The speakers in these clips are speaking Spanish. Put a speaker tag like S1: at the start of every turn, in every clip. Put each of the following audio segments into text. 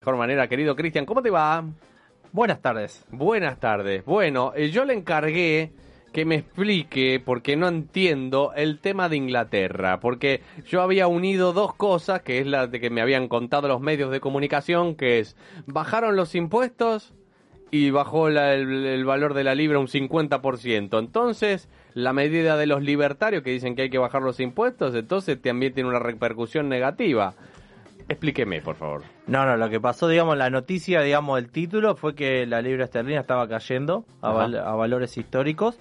S1: mejor manera, querido Cristian. ¿Cómo te va?
S2: Buenas tardes.
S1: Buenas tardes. Bueno, eh, yo le encargué que me explique, porque no entiendo, el tema de Inglaterra. Porque yo había unido dos cosas, que es la de que me habían contado los medios de comunicación, que es, bajaron los impuestos y bajó la- el, el valor de la libra un 50%. Entonces, la medida de los libertarios que dicen que hay que bajar los impuestos, entonces también tiene una repercusión negativa. Explíqueme, por favor.
S2: No, no, lo que pasó, digamos, la noticia, digamos, el título fue que la libra esterlina estaba cayendo a, val- a valores históricos.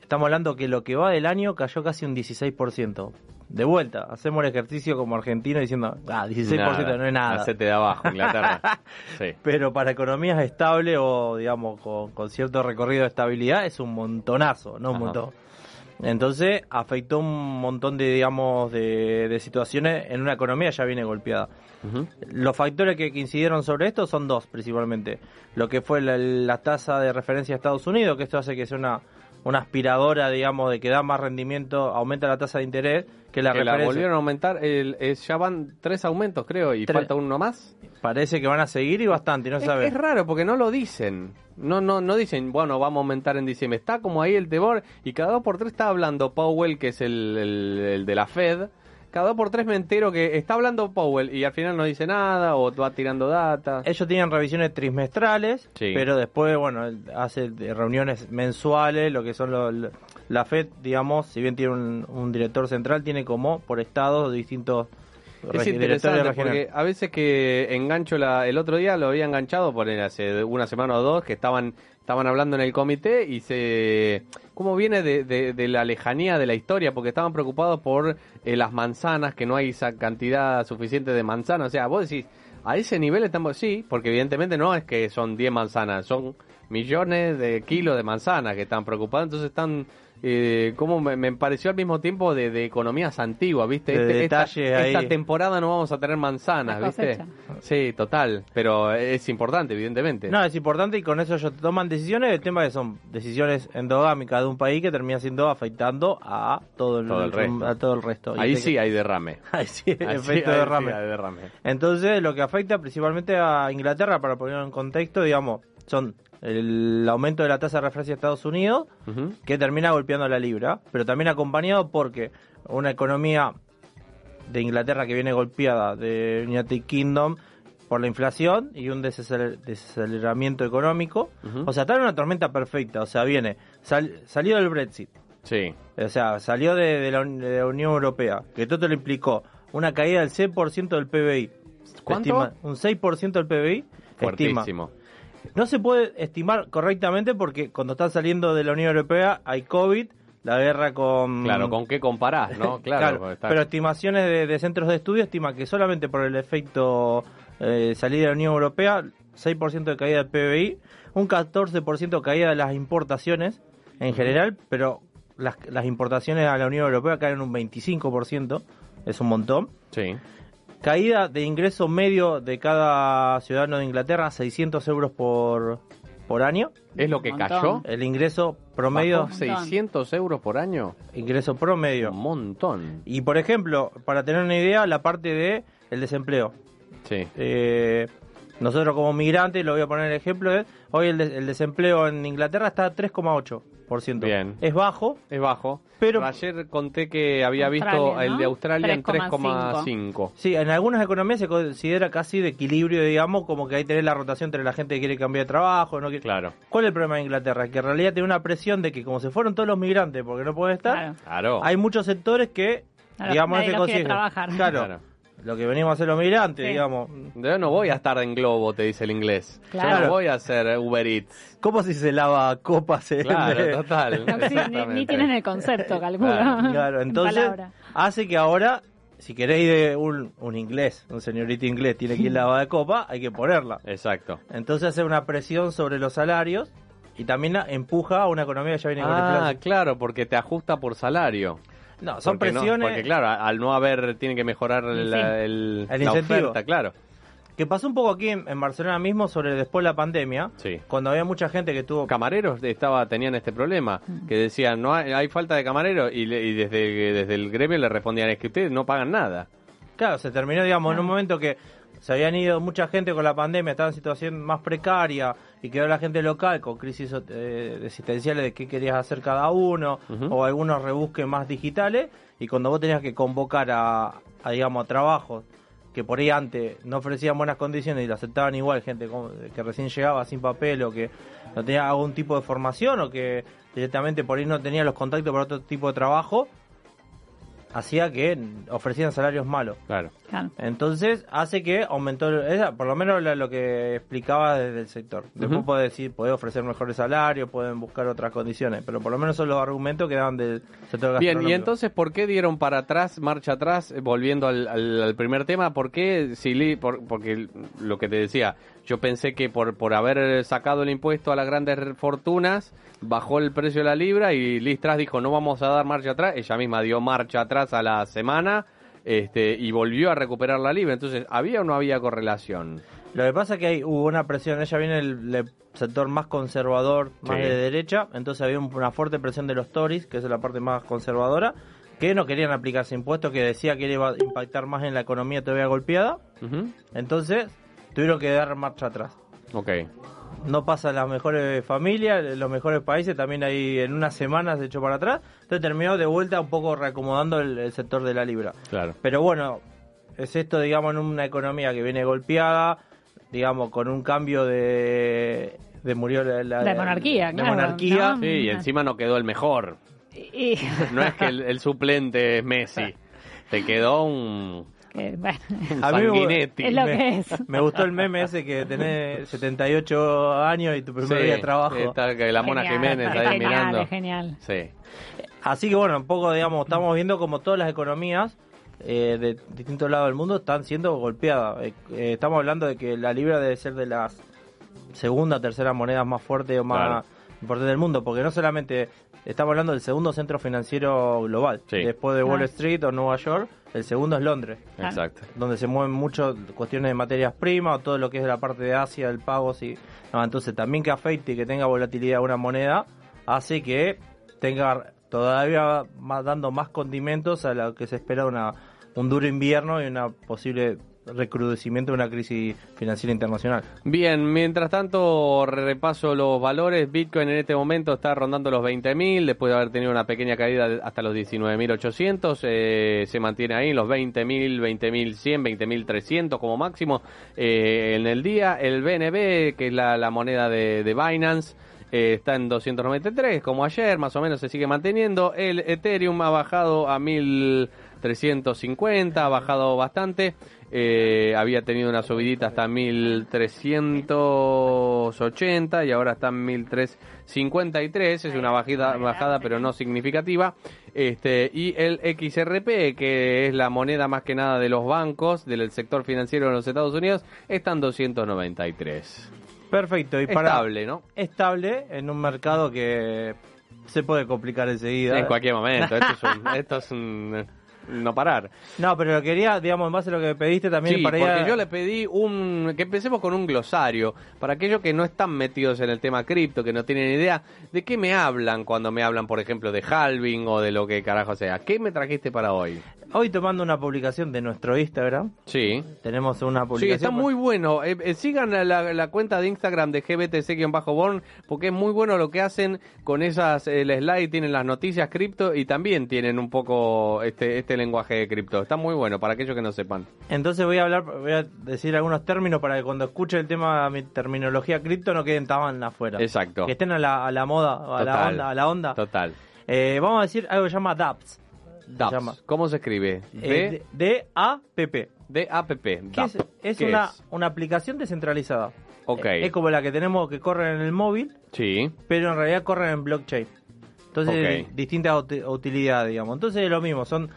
S2: Estamos hablando que lo que va del año cayó casi un 16%. De vuelta, hacemos el ejercicio como argentino diciendo, ah, 16% no es nada.
S1: Hacete de abajo, Inglaterra. sí.
S2: Pero para economías estables o, digamos, con, con cierto recorrido de estabilidad es un montonazo, no un
S1: Ajá.
S2: montón. Entonces afectó un montón de, digamos, de, de situaciones en una economía ya viene golpeada. Los factores que que incidieron sobre esto son dos principalmente. Lo que fue la, la tasa de referencia de Estados Unidos, que esto hace que sea una, una aspiradora, digamos, de que da más rendimiento, aumenta la tasa de interés que la
S1: Que la
S2: referencia.
S1: volvieron a aumentar. el- eh, ya van tres aumentos, creo, y
S2: Tres.
S1: falta uno más.
S2: Parece que van a seguir y bastante, no se
S1: Es,
S2: sabe.
S1: es raro porque no lo dicen. No, no, no dicen, bueno, vamos a aumentar en diciembre. Está como ahí el temor. Y cada dos por tres está hablando Powell, que es el, el- el de la Fed. Cada dos por tres me entero que está hablando Powell y al final no dice nada o va tirando data.
S2: Ellos tienen revisiones trimestrales,
S1: Sí.
S2: pero después, bueno, él hace de- reuniones mensuales, lo que son lo- lo- la FED, digamos, si bien tiene un, un director central, tiene como por estado distintos
S1: Es
S2: regi-
S1: interesante
S2: regionales.
S1: porque a veces que engancho la, el otro día lo había enganchado por hace una semana o dos que estaban estaban hablando en el comité y se cómo viene de, de- de la lejanía de la historia porque estaban preocupados por eh, las manzanas que no hay esa cantidad suficiente de manzanas o sea vos decís a ese nivel estamos sí porque evidentemente no es que son 10 manzanas son millones de kilos de manzanas que están preocupados entonces están eh, como me, me pareció al mismo tiempo de, de economías antiguas viste Este,
S2: De
S1: esta-
S2: detalles
S1: esta,
S2: ahí.
S1: temporada no vamos a tener manzanas,
S3: La
S1: ¿viste?
S3: cosecha.
S1: Sí, total, pero es importante, evidentemente.
S2: No, es importante y con eso ellos toman decisiones. El tema es que son decisiones endogámicas de un país que termina siendo afectando a todo el,
S1: Todo el resto.
S2: A todo el resto. Y
S1: ahí
S2: este-
S1: sí hay derrame.
S2: ahí sí,
S1: Ahí sí-
S2: efecto
S1: ahí sí
S2: derrame.
S1: hay derrame.
S2: Entonces, lo que afecta principalmente a Inglaterra, para ponerlo en contexto, digamos, son el aumento de la tasa de referencia de Estados Unidos,
S1: Ujú.
S2: que termina golpeando a la libra, pero también acompañado porque una economía de Inglaterra que viene golpeada de United Kingdom por la inflación y un desaceler- desaceleramiento económico.
S1: Ujú.
S2: O sea, está en una tormenta perfecta. O sea, viene, sal- salió del Brexit,
S1: Sí,
S2: o sea, salió de, de la, Un- de la Unión Europea, que todo lo implicó una caída del 6% del PBI. Se
S1: ¿Cuánto?
S2: un 6% del PBI. Estima.
S1: fuertísimo.
S2: No se puede estimar correctamente porque cuando están saliendo de la Unión Europea hay COVID, la guerra con...
S1: Claro, ¿con qué comparás, no? Claro, porque está-
S2: Mm. Pero estimaciones de, de centros de estudio estiman que solamente por el efecto eh, salida de la Unión Europea, 6% de caída del PBI, un 14% de caída de las importaciones en general, pero las, las importaciones a la Unión Europea caen un 25%, es un montón.
S1: Sí,
S2: Caída de ingreso medio de cada ciudadano de Inglaterra, 600 euros por, por año.
S1: es lo que
S3: Montón.
S1: cayó.
S2: El ingreso promedio,
S1: Bajó 600 euros por año,
S2: ingreso promedio.
S1: un montón.
S2: Y por ejemplo, para tener una idea, la parte de el desempleo.
S1: Sí,
S2: Eh, nosotros como migrantes, lo voy a poner el ejemplo, es, hoy el, de- el desempleo en Inglaterra está a 3,8%.
S1: Bien.
S2: Es bajo,
S1: es bajo. Pero
S2: Pero-
S1: ayer conté que había visto
S3: Australia,
S1: el
S3: ¿no?
S1: de Australia en
S3: 3,5.
S1: 3,5.
S2: Sí, en algunas economías se considera casi de equilibrio, digamos, como que ahí tenés la rotación entre la gente que quiere cambiar de trabajo. No quiere...
S1: Claro,
S2: ¿Cuál es el problema de Inglaterra? Que en realidad tiene una presión de que como se fueron todos los migrantes porque no pueden estar,
S3: Claro.
S1: claro.
S2: hay muchos sectores que,
S3: Claro,
S2: digamos, no
S3: nadie
S2: se
S3: los quiere
S2: consiguen.
S3: trabajar.
S2: Claro,
S1: Claro.
S2: lo que venimos a hacer los migrantes,
S3: Sí.
S2: digamos.
S1: Yo no voy a estar en globo, te dice el inglés. Yo no
S3: Claro.
S1: voy a hacer Uber Eats.
S2: ¿Cómo si se lava copas? eh?
S1: Claro, total.
S3: No, sí, ni, ni
S1: exactamente.
S3: tienen el concepto, calculo.
S1: Claro,
S2: Claro,
S3: En
S2: entonces
S3: palabra.
S2: hace que ahora si queréis de un, un inglés, un señorito inglés tiene que ir lavada de copa, hay que ponerla.
S1: Exacto.
S2: Entonces hace una presión sobre los salarios y también empuja a una economía que ya viene con el
S1: Ah,
S2: plan.
S1: claro, porque te ajusta por salario.
S2: No, son
S1: Porque no-
S2: presiones.
S1: porque claro, al no haber, tiene que mejorar la, el,
S2: El
S1: la
S2: incentivo.
S1: oferta, claro.
S2: Que pasó un poco aquí en, en Barcelona mismo sobre después de la pandemia,
S1: Sí.
S2: cuando había mucha gente que tuvo...
S1: Camareros estaba tenían este problema,
S3: Mm.
S1: que decían, no hay, hay falta de camareros, y, le- y desde, desde el gremio le respondían, es que ustedes no pagan nada.
S2: Claro, se terminó, digamos, en un momento que se habían ido mucha gente con la pandemia, estaba en situación más precaria y quedó la gente local con crisis eh, existenciales de qué querías hacer cada uno
S1: Ujú.
S2: o algunos rebusques más digitales y cuando vos tenías que convocar a, a, digamos, a trabajos que por ahí antes no ofrecían buenas condiciones y lo aceptaban igual gente como- que recién llegaba sin papel o que no tenía algún tipo de formación o que directamente por ahí no tenía los contactos para otro tipo de trabajo, hacía que ofrecían salarios malos.
S1: Claro.
S3: Claro.
S2: Entonces hace que aumentó, esa- por lo menos lo, lo que explicaba desde el sector. Después
S1: Ujú.
S2: puede decir, puede ofrecer mejores salarios, pueden buscar otras condiciones, pero por lo menos son los argumentos que daban del sector
S1: Bien, y
S2: gastronómico.
S1: entonces, ¿por qué dieron para atrás, marcha atrás, eh, volviendo al, al- al primer tema? ¿Por qué, Sili, por- porque lo que te decía, yo pensé que por, por haber sacado el impuesto a las grandes fortunas, bajó el precio de la libra y Liz Truss dijo, no vamos a dar marcha atrás. Ella misma dio marcha atrás a la semana este, y volvió a recuperar la libra. Entonces, ¿había o no había correlación?
S2: Lo que pasa es que hay, hubo una presión, ella viene del del sector más conservador, más
S1: Sí.
S2: de derecha, entonces había un- una fuerte presión de los Tories, que es la parte más conservadora, que no querían aplicarse impuestos, que decía que iba a impactar más en la economía todavía golpeada,
S1: Ujú.
S2: entonces tuvieron que dar marcha atrás.
S1: Ok.
S2: no pasa en las mejores familias, en los mejores países, también ahí en unas semanas se echó para atrás. Entonces terminó de vuelta un poco reacomodando el, el sector de la libra.
S1: Claro.
S2: Pero bueno, es esto, digamos, en una economía que viene golpeada, digamos, con un cambio de... de murió la,
S3: La monarquía,
S2: la
S3: claro,
S2: monarquía.
S3: ¿no?
S1: Sí, y encima no quedó el mejor.
S3: Y- y-
S1: No es que el, el suplente es Messi. Te quedó un,
S3: que, Eh, bueno,
S1: un
S2: A mí me-
S1: sanguinetti.
S3: Es lo
S2: me,
S3: que es.
S2: me gustó el meme ese que tenés 78 años y tu primer
S1: Sí,
S2: día de trabajo.
S1: está que la Mona
S3: genial,
S1: Jiménez
S3: es
S1: ahí
S3: genial,
S1: mirando.
S3: es genial.
S1: Sí.
S2: Así que bueno, un poco, digamos, estamos viendo como todas las economías eh, de distintos lados del mundo están siendo golpeadas. Eh, eh, estamos hablando de que la libra debe ser de las segunda, tercera monedas más fuertes o más
S1: Claro.
S2: importantes del mundo, porque no solamente estamos hablando del segundo centro financiero global,
S1: Sí.
S2: después de Wall
S3: Ah.
S2: Street o Nueva York, el segundo es Londres,
S3: Claro.
S1: Exacto.
S2: donde se mueven mucho cuestiones de materias primas o todo lo que es de la parte de Asia, el pago, sí. No, entonces también que afecte y que tenga volatilidad una moneda hace que tenga todavía más, dando más condimentos a lo que se espera una, un duro invierno y una posible recrudecimiento de una crisis financiera internacional.
S1: Bien, mientras tanto repaso los valores. Bitcoin en este momento está rondando los 20.000, después de haber tenido una pequeña caída de- hasta los 19.800. eh, se mantiene ahí en los 20.000, 20.100, 20.300 como máximo eh, en el día. El BNB, que es la, la moneda de, de Binance. eh, está en 293, como ayer, más o menos se sigue manteniendo. El Ethereum ha bajado a 1000. 350, ha bajado bastante. Eh, había tenido una subidita hasta 1380 y ahora está en 1353. Es una bajida, bajada, pero no significativa. Este, y el XRP, que es la moneda más que nada de los bancos, del sector financiero de los Estados Unidos, está en 293.
S2: Perfecto, y para
S1: Estable, ¿no?
S2: estable en un mercado que se puede complicar enseguida. ¿eh?
S1: En cualquier momento. Esto es un- esto es un no parar.
S2: No, pero lo quería, digamos, en base a lo que me pediste también
S1: sí,
S2: para ir
S1: porque
S2: a-
S1: yo le pedí un... Que empecemos con un glosario, para aquellos que no están metidos en el tema cripto, que no tienen idea de qué me hablan cuando me hablan, por ejemplo, de halving o de lo que carajo sea. ¿Qué me trajiste para hoy?
S2: Hoy tomando una publicación de nuestro Instagram,
S1: Sí.
S2: tenemos una
S1: Sí,
S2: publicación.
S1: está muy bueno. Eh, eh, sigan la, la cuenta de Instagram de GBTC-Born porque es muy bueno lo que hacen con esas, el slide, tienen las noticias cripto y también tienen un poco este, este lenguaje de cripto. Está muy bueno para aquellos que no sepan.
S2: Entonces voy a hablar, voy a decir algunos términos para que cuando escuche el tema, mi terminología cripto, no queden tan afuera.
S1: Exacto.
S2: Que estén a la, a la moda, a la
S1: Total.
S2: onda, a la onda.
S1: Total.
S2: Eh, vamos a decir algo que se llama DApps.
S1: DApps.
S2: llama.
S1: ¿Cómo se escribe?
S2: Eh, D- D-A-P-P.
S1: D-A-P-P.
S2: Que es,
S1: DApp.
S2: es
S1: ¿Qué
S2: una,
S1: es?
S2: una aplicación descentralizada.
S1: Ok.
S2: Eh, Es como la que tenemos que corre en el móvil,
S1: Sí.
S2: pero en realidad corren en blockchain. Entonces,
S1: Ok.
S2: distintas uti- utilidades, digamos. Entonces, lo mismo, son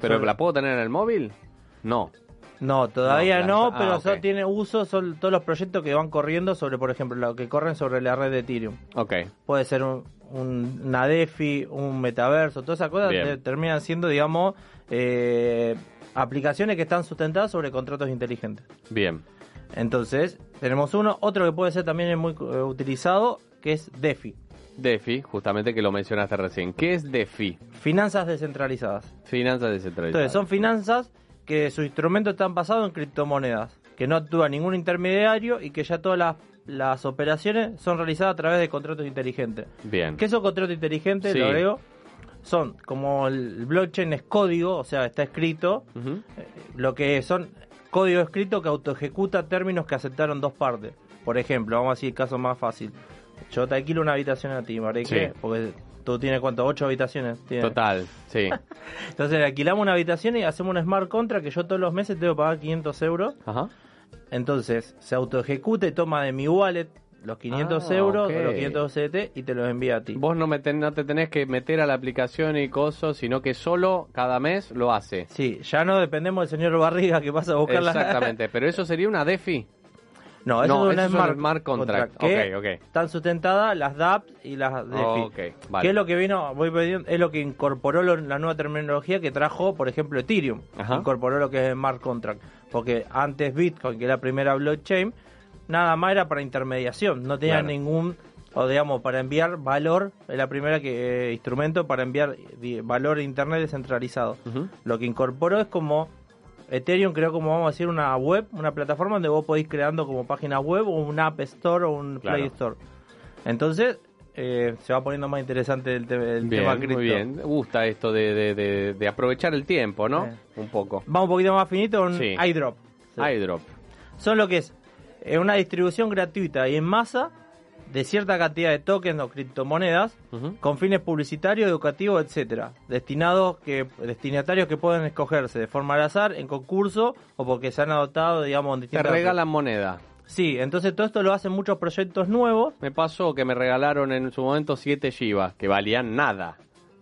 S1: ¿Pero la puedo tener en el móvil? No.
S2: No, todavía
S1: No,
S2: no,
S1: claro.
S2: pero
S1: Ah, ok.
S2: solo tiene uso son todos los proyectos que van corriendo sobre, por ejemplo, lo que corren sobre la red de Ethereum.
S1: Ok.
S2: Puede ser un, un- una DeFi, un metaverso, todas esas cosas
S1: Bien.
S2: te- terminan siendo, digamos, eh, aplicaciones que están sustentadas sobre contratos inteligentes.
S1: Bien.
S2: Entonces, tenemos uno, otro que puede ser también muy eh, utilizado, que es DeFi,
S1: DeFi, justamente que lo mencionaste recién. ¿Qué es DeFi?
S2: finanzas descentralizadas.
S1: Finanzas descentralizadas.
S2: Entonces, son finanzas que su instrumento están basado en criptomonedas, que no actúa ningún intermediario y que ya todas las, las operaciones son realizadas a través de contratos inteligentes.
S1: Bien.
S2: ¿Qué son contratos inteligentes?
S1: Sí.
S2: Lo agrego. Son como el blockchain es código, o sea, está escrito,
S1: Ujú.
S2: eh, lo que son código escrito que autoejecuta términos que aceptaron dos partes. Por ejemplo, vamos a decir el caso más fácil. Yo te alquilo una habitación a ti, ¿vale?
S1: Sí.
S2: ¿Qué? Porque tú tienes cuánto, ocho habitaciones. tienes.
S1: Total, sí.
S2: Entonces le alquilamos una habitación y hacemos un smart contract que yo todos los meses tengo que pagar 500 euros.
S1: Ajá.
S2: Entonces se autoejecuta y toma de mi wallet los 500
S1: Ah,
S2: euros,
S1: ok.
S2: o los 500 CDT y te los envía a ti.
S1: Vos no, me ten- no te tenés que meter a la aplicación y cosas, sino que solo cada mes lo hace.
S2: Sí, ya no dependemos del señor Barriga que pasa a buscar la-
S1: Exactamente, pero eso sería una DeFi.
S2: No, eso
S1: No, eso
S2: es un
S1: es un
S2: smart,
S1: smart contract.
S2: que
S1: Ok, ok.
S2: Están sustentadas las DApps y las DeFi.
S1: Ok, vale.
S2: Que es lo que vino, voy pidiendo, es lo que incorporó lo- la nueva terminología que trajo, por ejemplo, Ethereum.
S1: Ajá.
S2: Incorporó lo que es smart contract. Porque antes Bitcoin, que era la primera blockchain, nada más era para intermediación. No tenía
S1: Claro.
S2: ningún, o digamos, para enviar valor, es la primera que eh, instrumento para enviar di- valor a internet descentralizado.
S1: Ujú.
S2: Lo que incorporó es como Ethereum creó como vamos a decir una web, una plataforma donde vos podéis creando como página web o un App Store o un
S1: Claro.
S2: Play Store. Entonces eh, se va poniendo más interesante el, te- el tema
S1: Bien,
S2: cripto.
S1: muy bien. Me gusta esto de, de- de- de aprovechar el tiempo, ¿no?
S2: Sí.
S1: Un poco.
S2: Vamos un poquito más finito con
S1: Sí.
S2: iDrop.
S1: iDrop.
S2: Son lo que es eh, una distribución gratuita y en masa de cierta cantidad de tokens o criptomonedas
S1: Ujú.
S2: con fines publicitarios, educativos, etcétera, destinados que destinatarios que pueden escogerse de forma al azar en concurso o porque se han adoptado, digamos, en
S1: Te
S2: distintas
S1: regalan moneda.
S2: Sí, entonces todo esto lo hacen muchos proyectos nuevos.
S1: Me pasó que me regalaron en su momento 7 Shivas, que valían nada.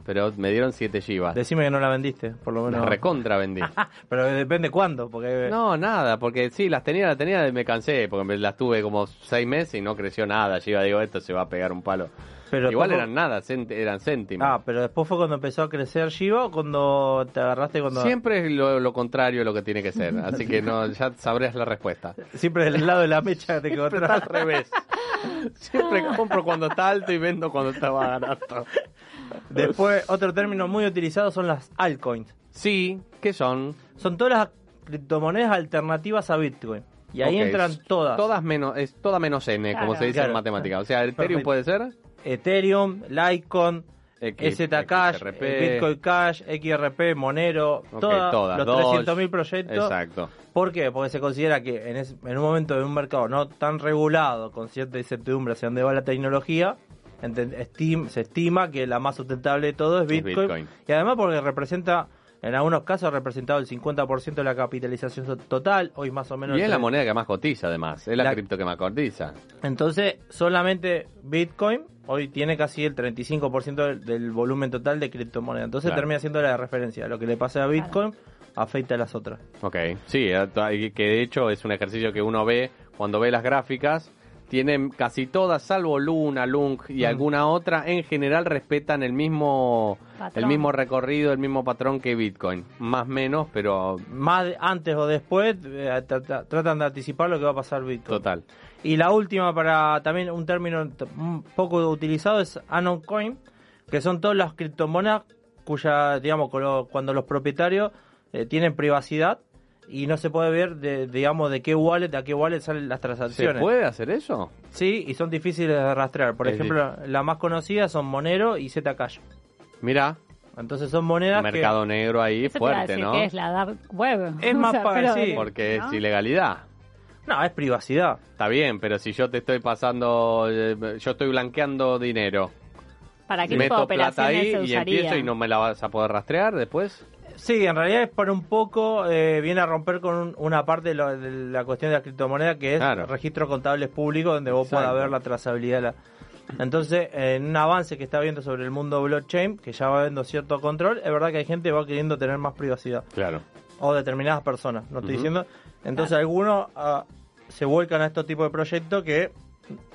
S1: Pero me dieron 7 Shivas.
S2: Decime que no la vendiste, por lo
S1: Me
S2: menos.
S1: recontra vendí.
S2: Pero depende cuándo, porque eh,
S1: No, nada, porque sí, las tenía, las tenía y me cansé, porque me las tuve como seis meses y no creció nada. Yo iba, digo, esto se va a pegar un palo.
S2: pero
S1: Igual
S2: después-
S1: eran nada, cent- eran céntimos.
S2: Ah, pero después fue cuando empezó a crecer Shiva, cuando te agarraste cuando
S1: Siempre es lo, lo contrario de lo que tiene que ser, así que no, ya sabrás la respuesta.
S2: siempre del lado de la mecha te quedó
S1: Pero está al revés. Siempre compro cuando está alto y vendo cuando está barato.
S2: Después otro término muy utilizado son las altcoins.
S1: Sí, ¿qué son?
S2: Son todas las criptomonedas alternativas a Bitcoin y ahí
S1: Ok,
S2: entran todas.
S1: Todas menos, es toda menos N, como
S3: Claro.
S1: se dice en
S2: Claro.
S1: matemática. O sea, Ethereum
S2: Perfecto.
S1: puede ser
S2: Ethereum, Litecoin,
S1: X,
S2: ZCash,
S1: XRP.
S2: Bitcoin Cash, XRP, Monero,
S1: Ok,
S2: todas,
S1: todas,
S2: los
S1: Doge.
S2: 300.000 proyectos.
S1: Exacto.
S2: ¿Por qué? Porque se considera que en, es- en un momento de un mercado no tan regulado, con cierta incertidumbre hacia dónde va la tecnología, enten- estim- se estima que la más sustentable de todo es
S1: Es
S2: Bitcoin.
S1: Bitcoin.
S2: Y además porque representa, en algunos casos ha representado el 50% de la capitalización so- total, hoy más o menos...
S1: Y
S2: el
S1: es la
S2: tre-
S1: moneda que más cotiza, además. Es la,
S2: La-
S1: cripto que más cotiza.
S2: Entonces, solamente Bitcoin hoy tiene casi el 35% del, del volumen total de criptomonedas. Entonces
S1: Claro.
S2: termina siendo la referencia. Lo que le pase a Bitcoin afecta a las otras.
S1: Ok, sí, eh, que de hecho es un ejercicio que uno ve cuando ve las gráficas. Tienen casi todas, salvo Luna, Lung y
S2: Mm.
S1: alguna otra, en general respetan el mismo, el
S3: Patrón.
S1: mismo recorrido, el mismo patrón que Bitcoin. Más menos, pero
S2: más de- antes o después eh, tra- tra- tratan de anticipar lo que va a pasar Bitcoin.
S1: total.
S2: Y la última para también un término t- un poco utilizado es Anon Coin, que son todas las criptomonedas cuya, digamos, con lo- cuando los propietarios eh, tienen privacidad y no se puede ver, de, digamos, de qué wallet a qué wallet salen las
S1: ¿Se
S2: transacciones.
S1: puede hacer eso?
S2: Sí, y son difíciles de rastrear. Por
S1: Es
S2: ejemplo, las más conocidas son Monero y Zcash.
S1: Mira,
S2: Entonces son monedas que-
S1: mercado negro ahí
S3: Eso te iba a
S1: fuerte,
S3: decir
S1: ¿no?
S3: que es la dark web.
S2: Es más pa-
S3: pero-
S2: sí.
S1: Porque
S3: ¿no?
S1: es ilegalidad.
S2: No, es privacidad.
S1: Está bien, pero si yo te estoy pasando, eh, yo estoy blanqueando dinero.
S3: ¿Para qué tipo de
S1: Meto plata
S3: operaciones
S1: ahí
S3: se
S1: y
S3: usaría?
S1: empiezo y no me la vas a poder rastrear después.
S2: Sí, en realidad es para un poco, eh, viene a romper con un- una parte de, lo- de la cuestión de la criptomoneda que es
S1: Claro.
S2: registros contables públicos donde vos
S1: Exacto.
S2: puedas ver la trazabilidad. de la- Entonces, en un avance que está habiendo sobre el mundo blockchain, que ya va habiendo cierto control, es verdad que hay gente que va queriendo tener más privacidad.
S1: Claro.
S2: O determinadas personas, no estoy
S1: Ujú.
S2: diciendo. Entonces, algunos ah, se vuelcan a estos tipos de proyectos que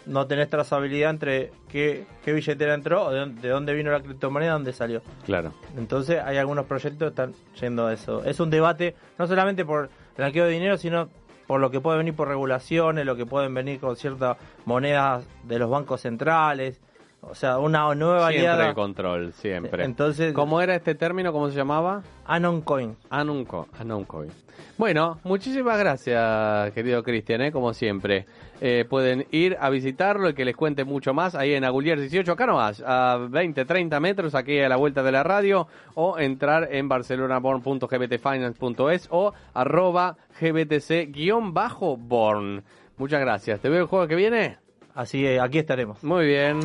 S2: no tenés trazabilidad entre qué, qué billetera entró o de, dónde- de dónde vino la criptomoneda, dónde salió.
S1: Claro.
S2: Entonces hay algunos proyectos que están yendo a eso. Es un debate no solamente por blanqueo de dinero, sino por lo que puede venir por regulaciones, lo que pueden venir con ciertas monedas de los bancos centrales. O sea, una nueva
S1: Siempre el
S2: aliada.
S1: control, siempre.
S2: Entonces,
S1: ¿Cómo era este término? ¿Cómo se llamaba?
S2: Anon Coin.
S1: Anunco, Anuncoin. Bueno, muchísimas gracias, querido Cristian, ¿eh? como siempre. Eh, pueden ir a visitarlo y que les cuente mucho más ahí en Agulier 18, acá nomás, a 20, 30 metros, aquí a la vuelta de la radio, o entrar en barcelonaborn.gbtfinance.es o arroba gbtc-born. Muchas gracias. ¿Te veo el juego que viene?
S2: Así que aquí estaremos.
S1: Muy bien.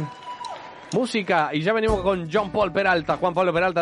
S1: Música, y ya venimos con John Paul Peralta, Juan Pablo Peralta.